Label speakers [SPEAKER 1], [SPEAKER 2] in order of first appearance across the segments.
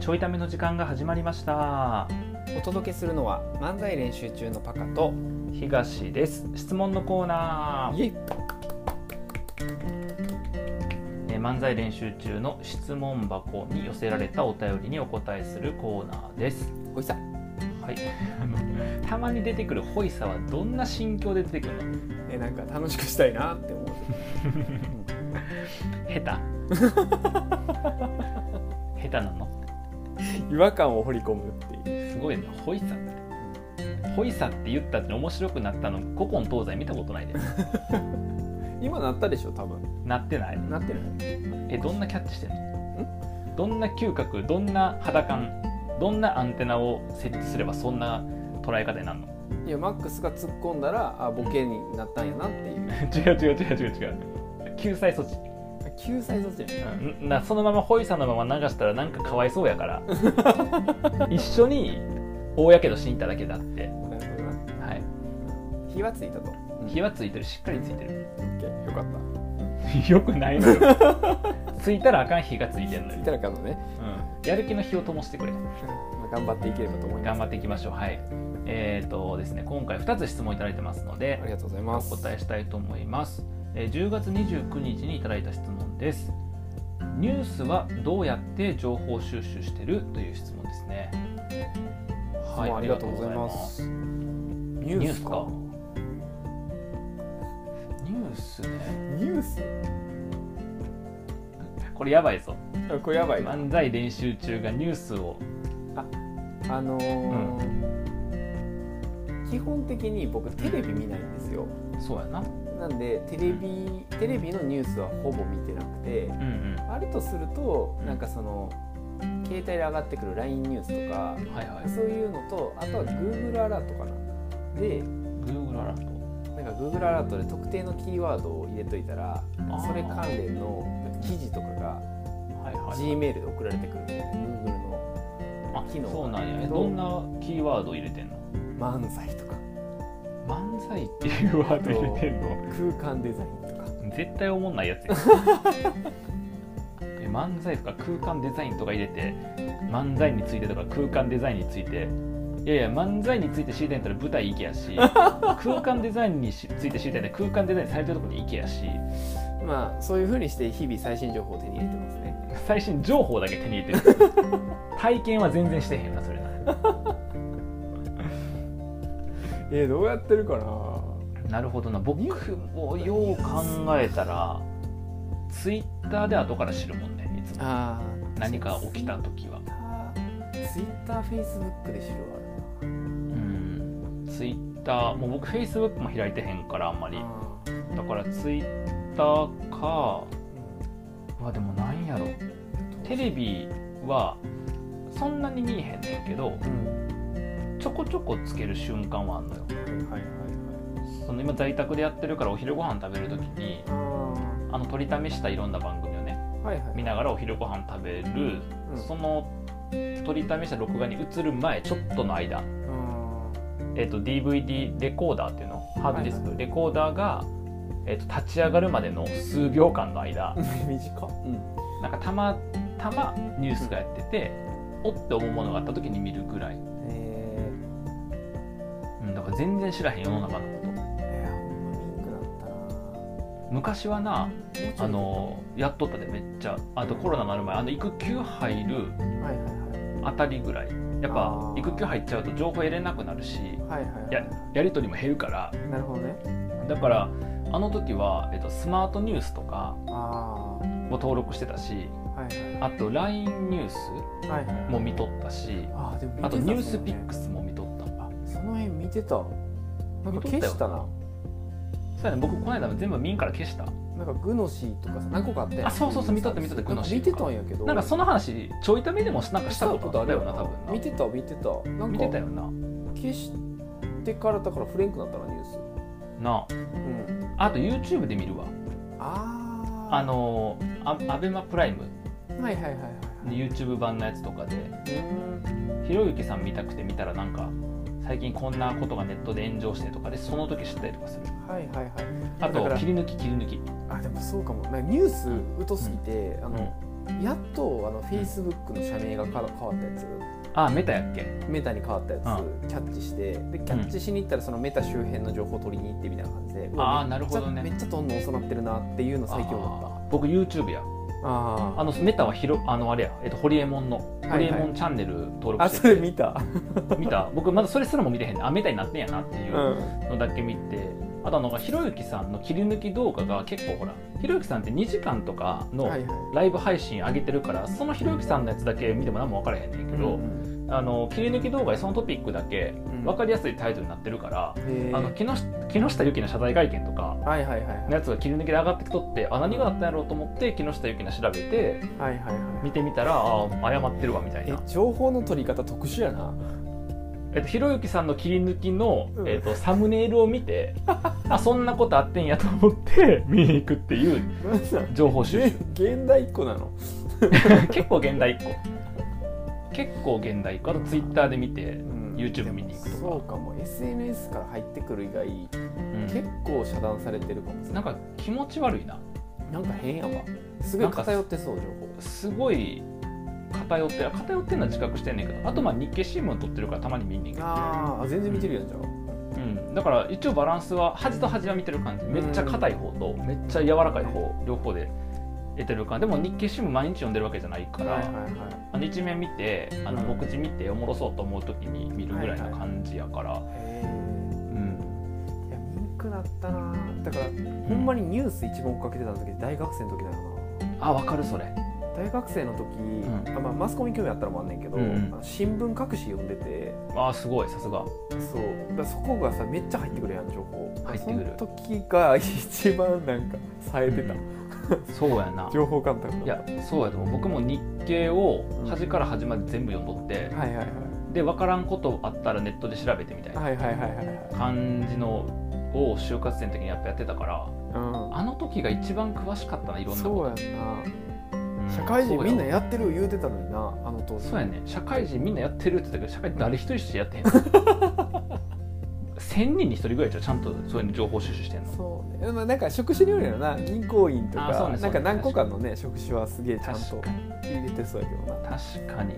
[SPEAKER 1] ちょいための時間が始まりました
[SPEAKER 2] お届けするのは漫才練習中のパカと
[SPEAKER 1] 東です質問のコーナー
[SPEAKER 2] イエイ
[SPEAKER 1] えー漫才練習中の質問箱に寄せられたお便りにお答えするコーナーです
[SPEAKER 2] ほいさ
[SPEAKER 1] はい たまに出てくるホイサはどんな心境で出てくるの
[SPEAKER 2] えなんか楽しくしたいなって 思う
[SPEAKER 1] 下手下手なの
[SPEAKER 2] 違和感を掘り込むっていう
[SPEAKER 1] すごいねホイサホイサって言ったって面白くなったの古今東西見たことないです
[SPEAKER 2] 今なったでしょ多分
[SPEAKER 1] なってない
[SPEAKER 2] なってない
[SPEAKER 1] えどんなキャッチしてんのどんな嗅覚どんな肌感どんなアンテナを設置すればそんな捉え方になるの
[SPEAKER 2] いやマックスが突っ込んだらあボケになったんやなってい
[SPEAKER 1] 違
[SPEAKER 2] う
[SPEAKER 1] う違う違う違う違う救済措置
[SPEAKER 2] 救済措置やね
[SPEAKER 1] んなそのままホイさんのまま流したらなんかかわいそうやから 一緒に大やけどしに行っただけだって、
[SPEAKER 2] なるほどな
[SPEAKER 1] はい、
[SPEAKER 2] 火はついたと
[SPEAKER 1] 火はついてるしっかりついてる
[SPEAKER 2] オッケーよかった
[SPEAKER 1] よくない のよついたらあかん火がついてんの
[SPEAKER 2] つ
[SPEAKER 1] よ
[SPEAKER 2] い、たらかのね
[SPEAKER 1] うん、やる気の火を灯してくれ
[SPEAKER 2] まあ頑張っていければと思いま
[SPEAKER 1] 頑
[SPEAKER 2] す
[SPEAKER 1] 張っていきましょうはいえっ、とですね今回2つ質問いただいてますので
[SPEAKER 2] ありがとうござい
[SPEAKER 1] お
[SPEAKER 2] ます
[SPEAKER 1] 答えしたいと思います、えー10月29日にいただいた質問ですニュースはどうやって情報収集してるという質問ですね
[SPEAKER 2] はい、ありがとうございます。ニ
[SPEAKER 1] ニュースかニュースね
[SPEAKER 2] ニュース
[SPEAKER 1] これやばいぞ
[SPEAKER 2] あこれやばいな。
[SPEAKER 1] 漫才練習中がニュースを
[SPEAKER 2] あのー基本的に僕テレビ見ないんですよ。
[SPEAKER 1] そうやな
[SPEAKER 2] なんでテレビテレビのニュースはほぼ見てなくて、
[SPEAKER 1] うんう
[SPEAKER 2] あるとすると
[SPEAKER 1] うん
[SPEAKER 2] なんかその携帯で上がってくる LINE ニュースとか
[SPEAKER 1] んはいはい
[SPEAKER 2] そういうのとあとは Google アラートかな。で
[SPEAKER 1] Google アラート
[SPEAKER 2] なんか Google アラートで特定のキーワードを入れといたら
[SPEAKER 1] ー
[SPEAKER 2] それ関連のなんか記事とかが
[SPEAKER 1] はいはい
[SPEAKER 2] G メールで送られてくるみたいな Google の
[SPEAKER 1] あ
[SPEAKER 2] 機能
[SPEAKER 1] そうなんやえどんなキーワード入れてんの
[SPEAKER 2] 漫才とか
[SPEAKER 1] 漫才っていうワード入れてんの
[SPEAKER 2] 空間デザインとか
[SPEAKER 1] 絶対おもんないやつやえ漫才とか空間デザインとか入れて漫才についてとか空間デザインについていやいや漫才について知りたいんだったら舞台行けやし空間デザインにしついて知りたいんだったら空間デザインされてるところに行けやし
[SPEAKER 2] まあそういうふうにして日々最新情報を手に入れてますね
[SPEAKER 1] 最新情報だけ手に入れてる体験は全然してへんなそれな
[SPEAKER 2] えどうやってるかな
[SPEAKER 1] なるほどな僕もよう考えたらツイッターで後から知るもんねいつも
[SPEAKER 2] あ
[SPEAKER 1] 何か起きた時は
[SPEAKER 2] ツイッターフェイスブックで知るわ
[SPEAKER 1] うんツイッターもう僕フェイスブックも開いてへんからあんまり
[SPEAKER 2] あ
[SPEAKER 1] だからツイッターかうわでもなんやろテレビはそんなに見えへんねんけど
[SPEAKER 2] うん
[SPEAKER 1] ちょこちょこつける瞬間はあんのよ
[SPEAKER 2] はいはいはい
[SPEAKER 1] その今在宅でやってるからお昼ご飯食べる時に
[SPEAKER 2] あ
[SPEAKER 1] あの取りためしたいろんな番組をね
[SPEAKER 2] ーはいはい
[SPEAKER 1] 見ながらお昼ご飯食べる
[SPEAKER 2] うん
[SPEAKER 1] その取りためした録画に移る前ちょっとの間、
[SPEAKER 2] あ
[SPEAKER 1] えっと DVD レコーダーっていうのハードディス
[SPEAKER 2] はい
[SPEAKER 1] クレコーダーが、えっと立ち上がるまでの数秒間の間
[SPEAKER 2] ー短っうん
[SPEAKER 1] なんかたまたまニュースがやってて、おって思うものがあった時に見るぐらい、
[SPEAKER 2] え
[SPEAKER 1] うん、だから全然知らへん世の中のこ
[SPEAKER 2] ーえー、ほんまミンクだったな
[SPEAKER 1] と昔はな
[SPEAKER 2] もうちょい
[SPEAKER 1] あのやっとったでめっちゃあとコロナになる前あの育休入る
[SPEAKER 2] はいはいはい
[SPEAKER 1] あたりぐらいやっぱ
[SPEAKER 2] あー
[SPEAKER 1] 育休入っちゃうと情報得れなくなるし
[SPEAKER 2] はいはいはい
[SPEAKER 1] ややり取りも減るから
[SPEAKER 2] なるほどね
[SPEAKER 1] だからあの時は、えっと、スマートニュースとか
[SPEAKER 2] あ
[SPEAKER 1] も登録してたし
[SPEAKER 2] あはいはい
[SPEAKER 1] あと LINE ニュース
[SPEAKER 2] はいはい
[SPEAKER 1] も見とったし
[SPEAKER 2] あーでも見てた
[SPEAKER 1] あとニュースピッ
[SPEAKER 2] ク
[SPEAKER 1] クスも見とった
[SPEAKER 2] あその辺見てたなんか消したな
[SPEAKER 1] そうやね僕この間全部見んから消した
[SPEAKER 2] なんかグノシーとかさ何個かあったやん
[SPEAKER 1] あそうそうそう見とった見とったグノシー
[SPEAKER 2] なんか見てたんやけど
[SPEAKER 1] なんかその話ちょいためでもなんかしたこ
[SPEAKER 2] した
[SPEAKER 1] とあるよな多分な
[SPEAKER 2] 見てた見てたなん
[SPEAKER 1] 見てた
[SPEAKER 2] か
[SPEAKER 1] よな
[SPEAKER 2] 消してからだからフレンクなったなニュース
[SPEAKER 1] な
[SPEAKER 2] うん
[SPEAKER 1] ああと YouTube で見るわ
[SPEAKER 2] ああ
[SPEAKER 1] あのあアベマプライム
[SPEAKER 2] はいはいはいは
[SPEAKER 1] で
[SPEAKER 2] い
[SPEAKER 1] YouTube 版のやつとかで
[SPEAKER 2] うん
[SPEAKER 1] ひろゆきさん見たくて見たらなんか最近こんなことがネットで炎上してとかでその時知ったりとかする
[SPEAKER 2] はいはいはい
[SPEAKER 1] あ
[SPEAKER 2] だか
[SPEAKER 1] と
[SPEAKER 2] ら
[SPEAKER 1] 切り抜き切り抜き
[SPEAKER 2] あでもそうかもなんかニュース疎すぎてあ
[SPEAKER 1] あ
[SPEAKER 2] のやっとあの Facebook の社名がか変わったやつ
[SPEAKER 1] あメタやっけ
[SPEAKER 2] メタに変わったやつキャッチしてでキャッチしに行ったらそのメタ周辺の情報を取りに行ってみたいな感じでうわ
[SPEAKER 1] あーなるほどね
[SPEAKER 2] めっちゃめっちゃどんどん遅なってるなっていうの最近思った
[SPEAKER 1] あー僕 YouTube や
[SPEAKER 2] あ
[SPEAKER 1] あのメタはひろあのあれや、えっと、ホリエモンの
[SPEAKER 2] い
[SPEAKER 1] ホリエモンチャンネル登録
[SPEAKER 2] あ
[SPEAKER 1] し
[SPEAKER 2] そ
[SPEAKER 1] て
[SPEAKER 2] れ
[SPEAKER 1] て、
[SPEAKER 2] 見た、、
[SPEAKER 1] 見た僕まだそれすらも見てへんねんあメタになってんやなっていううんのだけ見て、あとあのひろゆきさんの切り抜き動画が結構ほらひろゆきさんって2時間とかの
[SPEAKER 2] はいはい
[SPEAKER 1] ライブ配信上げてるからそのひろゆきさんのやつだけ見ても何も分からへんねんけど、
[SPEAKER 2] ん
[SPEAKER 1] あの切り抜き動画でそのトピックだけ
[SPEAKER 2] うん
[SPEAKER 1] 分かりやすいタイトルになってるから、
[SPEAKER 2] へー
[SPEAKER 1] あの木下木下ゆきの謝罪会見とか
[SPEAKER 2] はいはいはい
[SPEAKER 1] のやつが切り抜きで上がってきとってあ何があったんやろうと思って木下ゆきの調べて
[SPEAKER 2] はいはいはい
[SPEAKER 1] 見てみたらあ謝ってるわみたい
[SPEAKER 2] え
[SPEAKER 1] な、
[SPEAKER 2] 情報の取り方特殊やな
[SPEAKER 1] えっと、ひろゆきさんの切り抜きの、
[SPEAKER 2] うん
[SPEAKER 1] えっと、サムネイルを見てあそんなことあってんやと思って 見に行くっていう 情報収集
[SPEAKER 2] 現代っ子なの
[SPEAKER 1] 結構現代っ子結構現代っ子あとツイッターで見て、YouTube 見に行くとか
[SPEAKER 2] でもそうかも SNS から入ってくる以外、
[SPEAKER 1] うん
[SPEAKER 2] 結構遮断されてるかも
[SPEAKER 1] なんか気持ち悪いな
[SPEAKER 2] なんか変やわすごい偏ってそう情報
[SPEAKER 1] すごい偏ってる偏ってんのは自覚してんねんけどあとまあ日経新聞撮ってるからたまに見んねんけど、
[SPEAKER 2] あーあ全然見てるやんじゃん
[SPEAKER 1] うん、だから一応バランスは端と端は見てる感じめっちゃ硬い方とめっちゃ柔らかい方両方で得てる感じでも日経新聞毎日読んでるわけじゃないから、
[SPEAKER 2] はいはいはい
[SPEAKER 1] あの一面見てあの
[SPEAKER 2] うん
[SPEAKER 1] 目次見ておもろそうと思う時に見るぐらいな感じやから、
[SPEAKER 2] へ
[SPEAKER 1] うん、
[SPEAKER 2] えいやミンクなったなだからほんまにニュース一番追っかけてたの時大学生の時だよな
[SPEAKER 1] あわかるそれ
[SPEAKER 2] 大学生の時、
[SPEAKER 1] ん
[SPEAKER 2] あまあ、マスコミ興味あったのもあんねんけど、
[SPEAKER 1] うんうん
[SPEAKER 2] あの新聞各紙読んでて
[SPEAKER 1] あすごいさすが
[SPEAKER 2] そうだからそこがさめっちゃ入ってくるやん情報
[SPEAKER 1] 入ってくる
[SPEAKER 2] その時が 一番なんか冴えてた、
[SPEAKER 1] そうや な
[SPEAKER 2] 情報感覚が
[SPEAKER 1] いやそうやと思う僕も日経を端から端まで全部読んどって、
[SPEAKER 2] はいはい
[SPEAKER 1] で分からんことあったらネットで調べてみたいな
[SPEAKER 2] はいはいはいはいはいはい
[SPEAKER 1] 感じのを就活生の時にやっぱやってたから
[SPEAKER 2] うん
[SPEAKER 1] あの時が一番詳しかったないろんな
[SPEAKER 2] そう
[SPEAKER 1] こ
[SPEAKER 2] やん
[SPEAKER 1] と、
[SPEAKER 2] な社会人みんな
[SPEAKER 1] や
[SPEAKER 2] やってる言うてたのになあの当時
[SPEAKER 1] そうやね社会人みんなやってるって言ったけど社会人誰一人してや ってへん1000人に1人ぐらいじゃうちゃんとそういうの情報収集してんの
[SPEAKER 2] そうねまあなんか職種によるよな銀行員と
[SPEAKER 1] あそ
[SPEAKER 2] か、
[SPEAKER 1] うねそうね
[SPEAKER 2] なんか何個かのね職種はすげえちゃん
[SPEAKER 1] 確
[SPEAKER 2] と
[SPEAKER 1] かに
[SPEAKER 2] 入れてそうやけどな
[SPEAKER 1] 確かに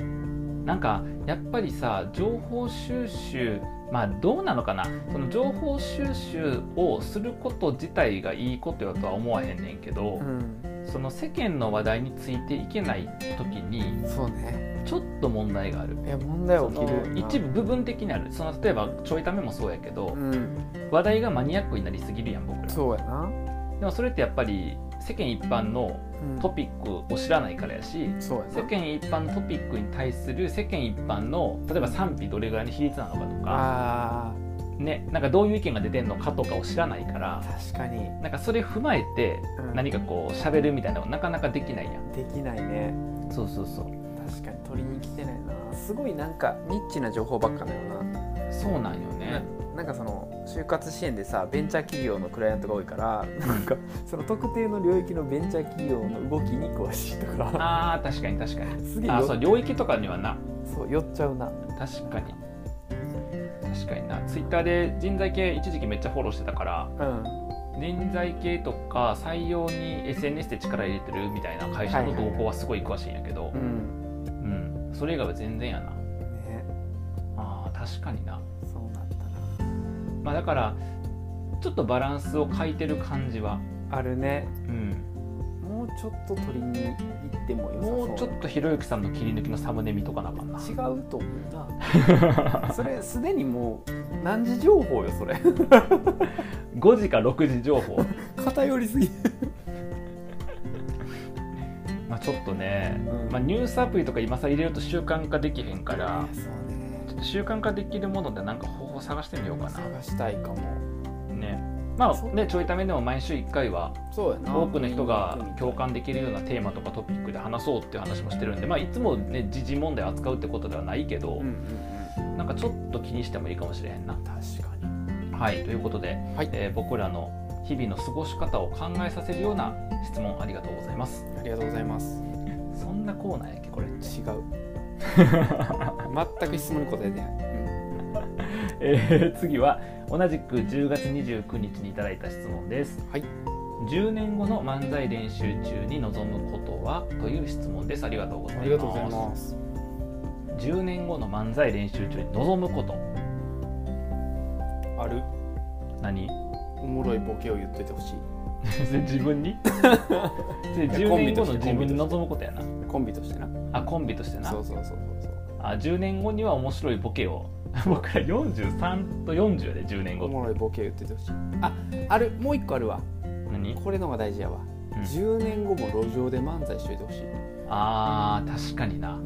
[SPEAKER 2] うん
[SPEAKER 1] なんかやっぱりさ情報収集まあどうなのかなその情報収集をすること自体がいいことやとは思わへんねんけど、
[SPEAKER 2] うん
[SPEAKER 1] その世間の話題についていけない時に
[SPEAKER 2] そうね
[SPEAKER 1] ちょっと問題がある
[SPEAKER 2] いや問題
[SPEAKER 1] そ
[SPEAKER 2] 起きるよ
[SPEAKER 1] の
[SPEAKER 2] な
[SPEAKER 1] 一部部分的にあるその例えばちょいためもそうやけど、
[SPEAKER 2] うん
[SPEAKER 1] 話題がマニアックになりすぎるやん僕ら
[SPEAKER 2] そうやな
[SPEAKER 1] でもそれってやっぱり世間一般の
[SPEAKER 2] うん
[SPEAKER 1] トピックを知らないからやし
[SPEAKER 2] そうやな
[SPEAKER 1] 世間一般のトピックに対する世間一般の例えば賛否どれぐらいの比率なのかとか、
[SPEAKER 2] あ
[SPEAKER 1] ね、なんかどういう意見が出てんのかとかを知らないから
[SPEAKER 2] あ確かに
[SPEAKER 1] なんかそれ踏まえて
[SPEAKER 2] うん
[SPEAKER 1] 何かこう喋るみたいなのがなかなかできないやん
[SPEAKER 2] できないね
[SPEAKER 1] そうそうそう
[SPEAKER 2] 確かに取りに来てないなすごいなんかニッチな情報ばっかだよな
[SPEAKER 1] そうなんよね
[SPEAKER 2] なんかその就活支援でさベンチャー企業のクライアントが多いからなんかその特定の領域のベンチャー企業の動きに詳しいとか
[SPEAKER 1] あー確かに確かに
[SPEAKER 2] すげえ
[SPEAKER 1] あ
[SPEAKER 2] よ
[SPEAKER 1] ーそう領域とかにはな
[SPEAKER 2] そう酔っちゃうな
[SPEAKER 1] 確かに確かになツイッターで人材系一時期めっちゃフォローしてたから
[SPEAKER 2] うん
[SPEAKER 1] 人材系とか採用に SNS で力入れてるみたいな会社の動向はすごい詳しいんやけど、
[SPEAKER 2] うん
[SPEAKER 1] うん、それ以外は全然やな
[SPEAKER 2] ね
[SPEAKER 1] あー確かにな
[SPEAKER 2] そうなった
[SPEAKER 1] まあだからちょっとバランスを欠いてる感じは、
[SPEAKER 2] なあるね
[SPEAKER 1] うん、
[SPEAKER 2] もうちょっと取りに行ってもよさそう
[SPEAKER 1] もうちょっとひろゆきさんの切り抜きのサムネ見とかなあかんな
[SPEAKER 2] 違うと思う なそれすでにもう何時情報よそれ
[SPEAKER 1] 5時か6時情報
[SPEAKER 2] 偏りすぎ
[SPEAKER 1] まあちょっとね、
[SPEAKER 2] うん
[SPEAKER 1] まあ、ニュースアプリとか今さ入れると習慣化できへんから
[SPEAKER 2] いやそうね
[SPEAKER 1] ちょっと習慣化できるものでなんか方法探してみようかな
[SPEAKER 2] 探したいかも
[SPEAKER 1] ねま
[SPEAKER 2] そ
[SPEAKER 1] あ
[SPEAKER 2] う
[SPEAKER 1] ねちょいためでも毎週1回は
[SPEAKER 2] そうや
[SPEAKER 1] 多くの人が共感できるようなテーマとかトピックで話そうっていう話もしてるんで、まあ、いつもね時事問題扱うってことではないけど、
[SPEAKER 2] うんうんうん
[SPEAKER 1] なんかちょっと気にしてもいいかもしれへんな。
[SPEAKER 2] 確か
[SPEAKER 1] はいということで、
[SPEAKER 2] にはい
[SPEAKER 1] えー僕らの日々の過ごし方を考えさせるような質問ありがとうございます。
[SPEAKER 2] ありがとうございます
[SPEAKER 1] そんなコーナーやっけこれ。
[SPEAKER 2] 違 う全く質問に答えてない、
[SPEAKER 1] えー次は同じく10月29日にいただいた質問です。
[SPEAKER 2] はい
[SPEAKER 1] 10年後の漫才練習中に望むことはという質問ですありがとうございます
[SPEAKER 2] ありがとうございます
[SPEAKER 1] 10年後の漫才練習中に望むこと
[SPEAKER 2] ある
[SPEAKER 1] 何
[SPEAKER 2] おもろいボケを言っといてほしい
[SPEAKER 1] それ自分 にそれ
[SPEAKER 2] いやコ
[SPEAKER 1] 10
[SPEAKER 2] ンビ
[SPEAKER 1] 年
[SPEAKER 2] と
[SPEAKER 1] 後
[SPEAKER 2] し
[SPEAKER 1] の自
[SPEAKER 2] て
[SPEAKER 1] 分に望むことやな
[SPEAKER 2] コンビとしてな
[SPEAKER 1] あコンビとしてな
[SPEAKER 2] そうそうそうそう
[SPEAKER 1] あ10年後には面白いボケを 僕ら43と40やで10年
[SPEAKER 2] そうお
[SPEAKER 1] 後
[SPEAKER 2] もろいボケを言っといてほしいああるもう一個あるわ
[SPEAKER 1] 何、うん
[SPEAKER 2] これのが大事やわ、10年後も路上で漫才しといてほしい、
[SPEAKER 1] あー確かにな
[SPEAKER 2] う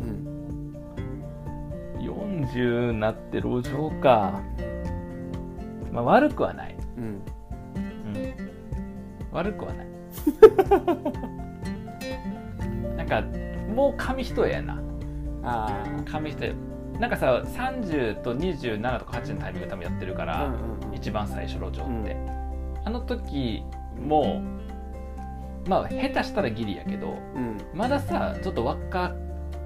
[SPEAKER 2] ん、
[SPEAKER 1] 40になって路上か、まあ、悪くはない、
[SPEAKER 2] うん、
[SPEAKER 1] うん、悪くは ないなんかもう紙一重やな
[SPEAKER 2] あ
[SPEAKER 1] 紙一重なんかさ30と27とか8のタイミングで多分やってるか
[SPEAKER 2] あ
[SPEAKER 1] ら、
[SPEAKER 2] うんうんうん
[SPEAKER 1] 一番最初路上って、あの時もまあ下手したらギリやけど
[SPEAKER 2] うん
[SPEAKER 1] まださちょっと若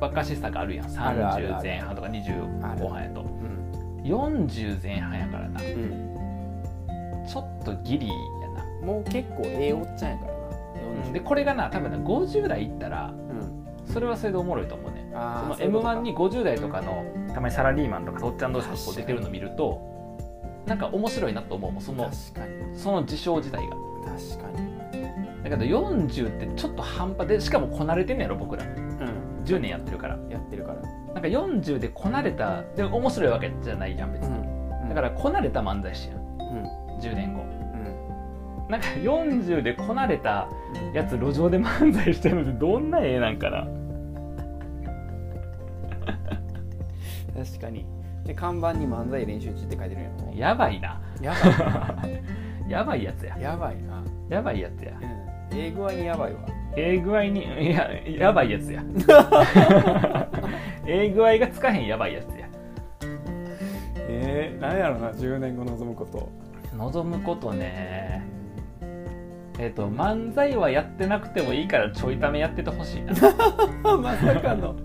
[SPEAKER 1] 々しさがあるやん
[SPEAKER 2] あるある
[SPEAKER 1] 30
[SPEAKER 2] ある
[SPEAKER 1] 前半とか20後半やと
[SPEAKER 2] うん
[SPEAKER 1] 40前半やからな
[SPEAKER 2] うん
[SPEAKER 1] ちょっとギリやな、
[SPEAKER 2] もう結構ええおっちゃんやからな40
[SPEAKER 1] でこれがな多分な50代いったら
[SPEAKER 2] うん
[SPEAKER 1] それはそれでおもろいと思うねそ
[SPEAKER 2] あ
[SPEAKER 1] の
[SPEAKER 2] あ
[SPEAKER 1] m 1に50代とかのたまにサラリーマンとかとっちゃん同士がこう出てるの見るとなんか面白いなと思うもんその
[SPEAKER 2] 確かに
[SPEAKER 1] その事象自体が
[SPEAKER 2] 確かに
[SPEAKER 1] だけど40ってちょっと半端でしかもこなれてんねやろ僕ら
[SPEAKER 2] うん
[SPEAKER 1] 10年やってるから
[SPEAKER 2] やってるから
[SPEAKER 1] なんか40でこなれたでも面白いわけじゃないやん別に、
[SPEAKER 2] ん
[SPEAKER 1] だからこなれた漫才師やん
[SPEAKER 2] うん
[SPEAKER 1] 10年後
[SPEAKER 2] うん
[SPEAKER 1] なんか40でこなれたやつ路上で漫才してるのってどんな絵なんかな
[SPEAKER 2] 確かにで看板に漫才練習中って書いてるんやろ
[SPEAKER 1] やばいな
[SPEAKER 2] や
[SPEAKER 1] やばいやつや
[SPEAKER 2] ばいやばいな
[SPEAKER 1] やばいやつや
[SPEAKER 2] うんええ具合にやばいわ
[SPEAKER 1] ええ具合にいややばいやつやええ具合がつかへんやばいやつや
[SPEAKER 2] えー、何やろな10年後望むこと
[SPEAKER 1] 望むことねえっ、と漫才はやってなくてもいいからちょいためやっててほしいない
[SPEAKER 2] あ まさかの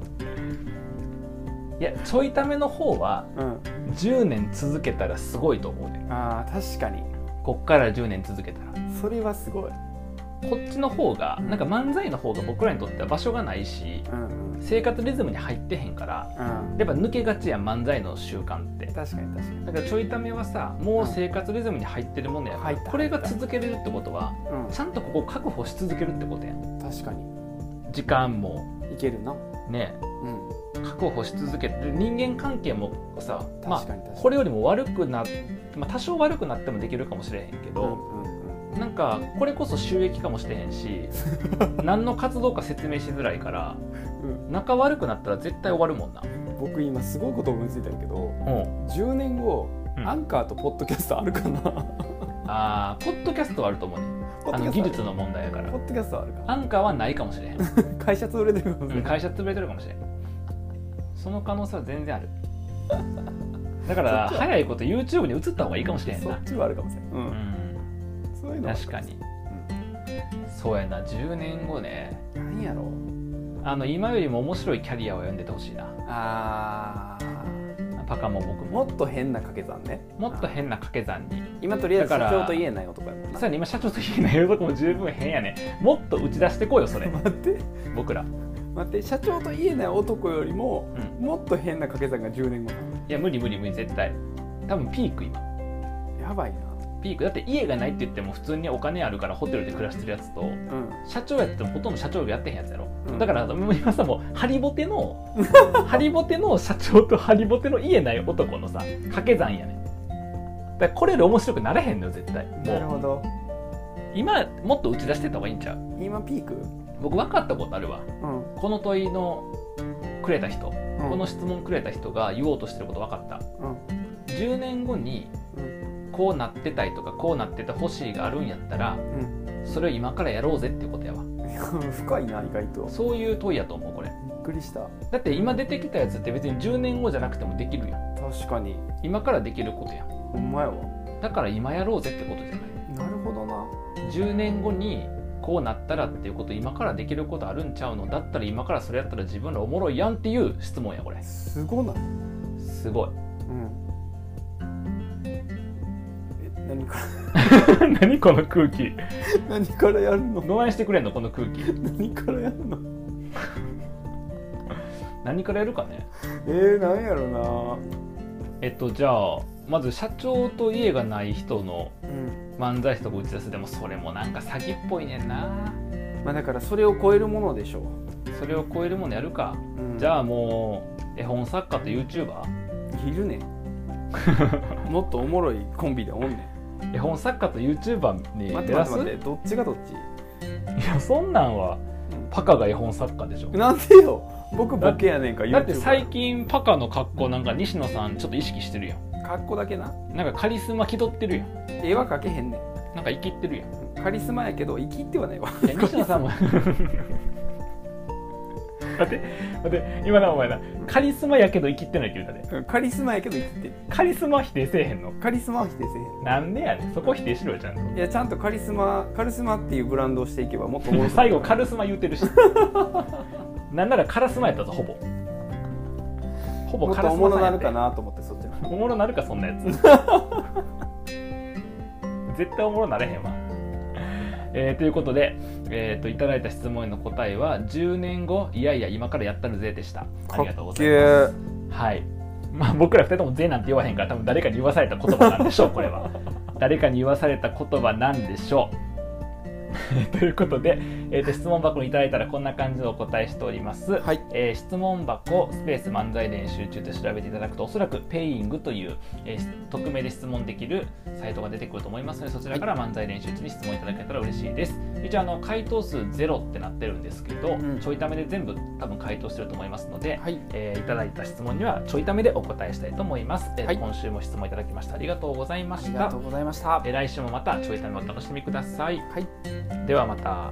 [SPEAKER 1] やちょいための方は
[SPEAKER 2] うん
[SPEAKER 1] 10年続けたらすごいと思うね
[SPEAKER 2] あー確かに
[SPEAKER 1] こっから10年続けたら
[SPEAKER 2] それはすごい
[SPEAKER 1] こっちの方がなんか漫才の方が僕らにとっては場所がないし
[SPEAKER 2] うんうん
[SPEAKER 1] 生活リズムに入ってへんから
[SPEAKER 2] うん
[SPEAKER 1] やっぱ抜けがちやん漫才の習慣って
[SPEAKER 2] 確かに確かに
[SPEAKER 1] だからちょいためはさもう生活リズムに入ってるもんやか
[SPEAKER 2] 入っ
[SPEAKER 1] ら
[SPEAKER 2] た
[SPEAKER 1] これが続けれるってことは
[SPEAKER 2] うん
[SPEAKER 1] ちゃんとここを確保し続けるってことやん
[SPEAKER 2] 確かに
[SPEAKER 1] 時間も
[SPEAKER 2] いけるな
[SPEAKER 1] ね
[SPEAKER 2] うん
[SPEAKER 1] 確保し続けて人間関係もさま
[SPEAKER 2] 確
[SPEAKER 1] あ
[SPEAKER 2] かに確かに
[SPEAKER 1] これよりも悪くなまあ、多少悪くなってもできるかもしれへんけ
[SPEAKER 2] うん
[SPEAKER 1] ど、
[SPEAKER 2] うん
[SPEAKER 1] なんかこれこそ収益かもしれへん し何の活動か説明しづらいから
[SPEAKER 2] うん
[SPEAKER 1] 仲悪くなったら絶対終わるもんな。
[SPEAKER 2] うん僕今すごいこと思いついたんやけど
[SPEAKER 1] うん
[SPEAKER 2] 10年後アンカーとポッドキャストあるかな
[SPEAKER 1] あーポッドキャストはあると思うね
[SPEAKER 2] ポ ッ
[SPEAKER 1] あ
[SPEAKER 2] ドキ
[SPEAKER 1] の
[SPEAKER 2] ャストある
[SPEAKER 1] 技術の問題やか
[SPEAKER 2] ポ
[SPEAKER 1] ら
[SPEAKER 2] ッドキャストあるか
[SPEAKER 1] アンカーはないかもしれへん
[SPEAKER 2] 会社潰れてるかもし
[SPEAKER 1] う
[SPEAKER 2] れ
[SPEAKER 1] ん
[SPEAKER 2] ない
[SPEAKER 1] 会社潰れてるかもしれんその可能性は全然あるだか
[SPEAKER 2] そ
[SPEAKER 1] ら
[SPEAKER 2] っちは
[SPEAKER 1] 早いこと YouTube に移った方がいいかもしれへん
[SPEAKER 2] そ
[SPEAKER 1] な
[SPEAKER 2] っちはあるかもしれな
[SPEAKER 1] う
[SPEAKER 2] い
[SPEAKER 1] ん
[SPEAKER 2] うんそういうのは
[SPEAKER 1] 確かにそうやな10年後ね
[SPEAKER 2] うん何やろ
[SPEAKER 1] あの今よりも面白いキャリアを読んでてほしいな
[SPEAKER 2] あー
[SPEAKER 1] パカも僕も
[SPEAKER 2] もっと変な掛け算ね
[SPEAKER 1] もっと変な掛け算に
[SPEAKER 2] 今とりあえず
[SPEAKER 1] だか
[SPEAKER 2] 社
[SPEAKER 1] ら
[SPEAKER 2] 長と言えない男やもんな
[SPEAKER 1] さらに今社長と言えないとこも十分変やねもっと打ち出してこいよそ れ
[SPEAKER 2] 待って
[SPEAKER 1] 僕ら
[SPEAKER 2] 待って社長と言えない男よりも、
[SPEAKER 1] う
[SPEAKER 2] もっと変な掛け算が10年後
[SPEAKER 1] いや無理無理無理絶対多分ピーク今
[SPEAKER 2] やばいな
[SPEAKER 1] ピークだって家がないって言っても普通にお金あるからホテルで暮らしてるやつと
[SPEAKER 2] うん
[SPEAKER 1] 社長やってもほとんど社長がやってへんやつやろ、
[SPEAKER 2] うん
[SPEAKER 1] だからもう今さもうハリボテ のハリボテの社長とハリボテの家ない男のさ掛け算やねんだからこれより面白くなれへんのよ絶対
[SPEAKER 2] なる
[SPEAKER 1] もう
[SPEAKER 2] ほど
[SPEAKER 1] 今もっと打ち出してった方がいいんちゃう
[SPEAKER 2] 今ピーク
[SPEAKER 1] 僕分かったことあるわ
[SPEAKER 2] うん、
[SPEAKER 1] この問いのくれた人、
[SPEAKER 2] うん
[SPEAKER 1] この質問くれた人が言おうとしてること分かった
[SPEAKER 2] うん
[SPEAKER 1] 10年後に
[SPEAKER 2] うん
[SPEAKER 1] こうなってたいとかこうなっててほしいがあるんやったらそれを今からやろうぜっていうことやわ
[SPEAKER 2] うん、 深いな意外とび
[SPEAKER 1] そういう問いやと思うこれ
[SPEAKER 2] っくりした
[SPEAKER 1] だって今出てきたやつって別に10年後じゃなくてもできるやん
[SPEAKER 2] 確かに
[SPEAKER 1] 今からできることやん
[SPEAKER 2] ほんまやわ
[SPEAKER 1] だから今やろうぜってことじゃな
[SPEAKER 2] なるほどない
[SPEAKER 1] 10年後にこうなったらっていうこと今からできることあるんちゃうのだったら今からそれやったら自分らおもろいやんっていう質問やこれ
[SPEAKER 2] すごない
[SPEAKER 1] すごい
[SPEAKER 2] うんえ何こ
[SPEAKER 1] 何この空気
[SPEAKER 2] れ 何からやるの
[SPEAKER 1] どないしてくれんのこの空気
[SPEAKER 2] 何からやるの
[SPEAKER 1] 何からやるかね
[SPEAKER 2] えー、何やろ
[SPEAKER 1] えっとじゃあまず社長と家がない人の
[SPEAKER 2] なうん
[SPEAKER 1] 漫才師とか打ち出すでもそれもなんか詐欺っぽいねんな
[SPEAKER 2] まあだからそれを超えるものでしょ
[SPEAKER 1] それを超えるものやるか
[SPEAKER 2] う、うん、
[SPEAKER 1] じゃあもう絵本作家と YouTuber?
[SPEAKER 2] いる ねもっとおもろいコンビでおんねん
[SPEAKER 1] 絵本作家と YouTuber に
[SPEAKER 2] 待っ
[SPEAKER 1] 出
[SPEAKER 2] て
[SPEAKER 1] ら
[SPEAKER 2] 待っ
[SPEAKER 1] す
[SPEAKER 2] て待ってどっちがどっ
[SPEAKER 1] いやそんなんはパカが絵本作家でしょ
[SPEAKER 2] ちなんでよ僕ボケやねんから
[SPEAKER 1] だって
[SPEAKER 2] YouTuber
[SPEAKER 1] 最近パカの格好なんか西野さんちょっと意識してるやん
[SPEAKER 2] 格好だけな
[SPEAKER 1] なんかカリスマ気取ってるやん
[SPEAKER 2] 絵は描けへんねん
[SPEAKER 1] なんか生きってるやん
[SPEAKER 2] カリスマやけど生きってはないわ
[SPEAKER 1] いや西野さんも 待って待って今なお前なカリスマやけど生きってないって言うたで
[SPEAKER 2] うんカリスマやけど生きてる
[SPEAKER 1] カリスマ否定せえへんの
[SPEAKER 2] カリスマは否定せえへん
[SPEAKER 1] なんでやねんそこ否定しろよちゃんと
[SPEAKER 2] いやちゃんとカリスマカリスマっていうブランドをしていけばもっと面白い
[SPEAKER 1] 最後カルスマ言うて るしなんならカラスマやったぞほぼほぼ
[SPEAKER 2] もっ
[SPEAKER 1] カ
[SPEAKER 2] と
[SPEAKER 1] ラ
[SPEAKER 2] お
[SPEAKER 1] ス
[SPEAKER 2] も
[SPEAKER 1] マさんや
[SPEAKER 2] ろな
[SPEAKER 1] っ
[SPEAKER 2] る
[SPEAKER 1] て
[SPEAKER 2] かなと思ってそっちの
[SPEAKER 1] おもろなるかそんなやつ 絶対おもろなれへんわ、えーということで、えー、といただいた質問への答えは10年後いやいや今からやったるぜでしたありがとうございます
[SPEAKER 2] かっ
[SPEAKER 1] はいまあ僕ら2人とも「ぜ」なんて言わへんから多分誰かに言わされた言葉なんでしょうこれは 誰かに言わされた言葉なんでしょうという ことで、えーと質問箱にいただいたらこんな感じでお答えしております、
[SPEAKER 2] けーはい
[SPEAKER 1] えー質問箱スペース漫才練習中と調べていただくとおそらくペイングという、えーし匿名で質問できるサイトが出てくると思いますのでそちらから漫才練習中に質問いただけたら嬉しいです一応あの回答数ゼロってなってるんですけど、
[SPEAKER 2] ん
[SPEAKER 1] ちょいためで全部多分回答してると思いますので、
[SPEAKER 2] はい
[SPEAKER 1] えーいただいた質問にはちょいためでお答えしたいと思います、えー
[SPEAKER 2] はい
[SPEAKER 1] 今週も質問いただきましたありがとうございま
[SPEAKER 2] あ
[SPEAKER 1] し
[SPEAKER 2] りが
[SPEAKER 1] た
[SPEAKER 2] とうございました
[SPEAKER 1] えー来週もまたちょいためをお楽しみください
[SPEAKER 2] はい
[SPEAKER 1] ではまた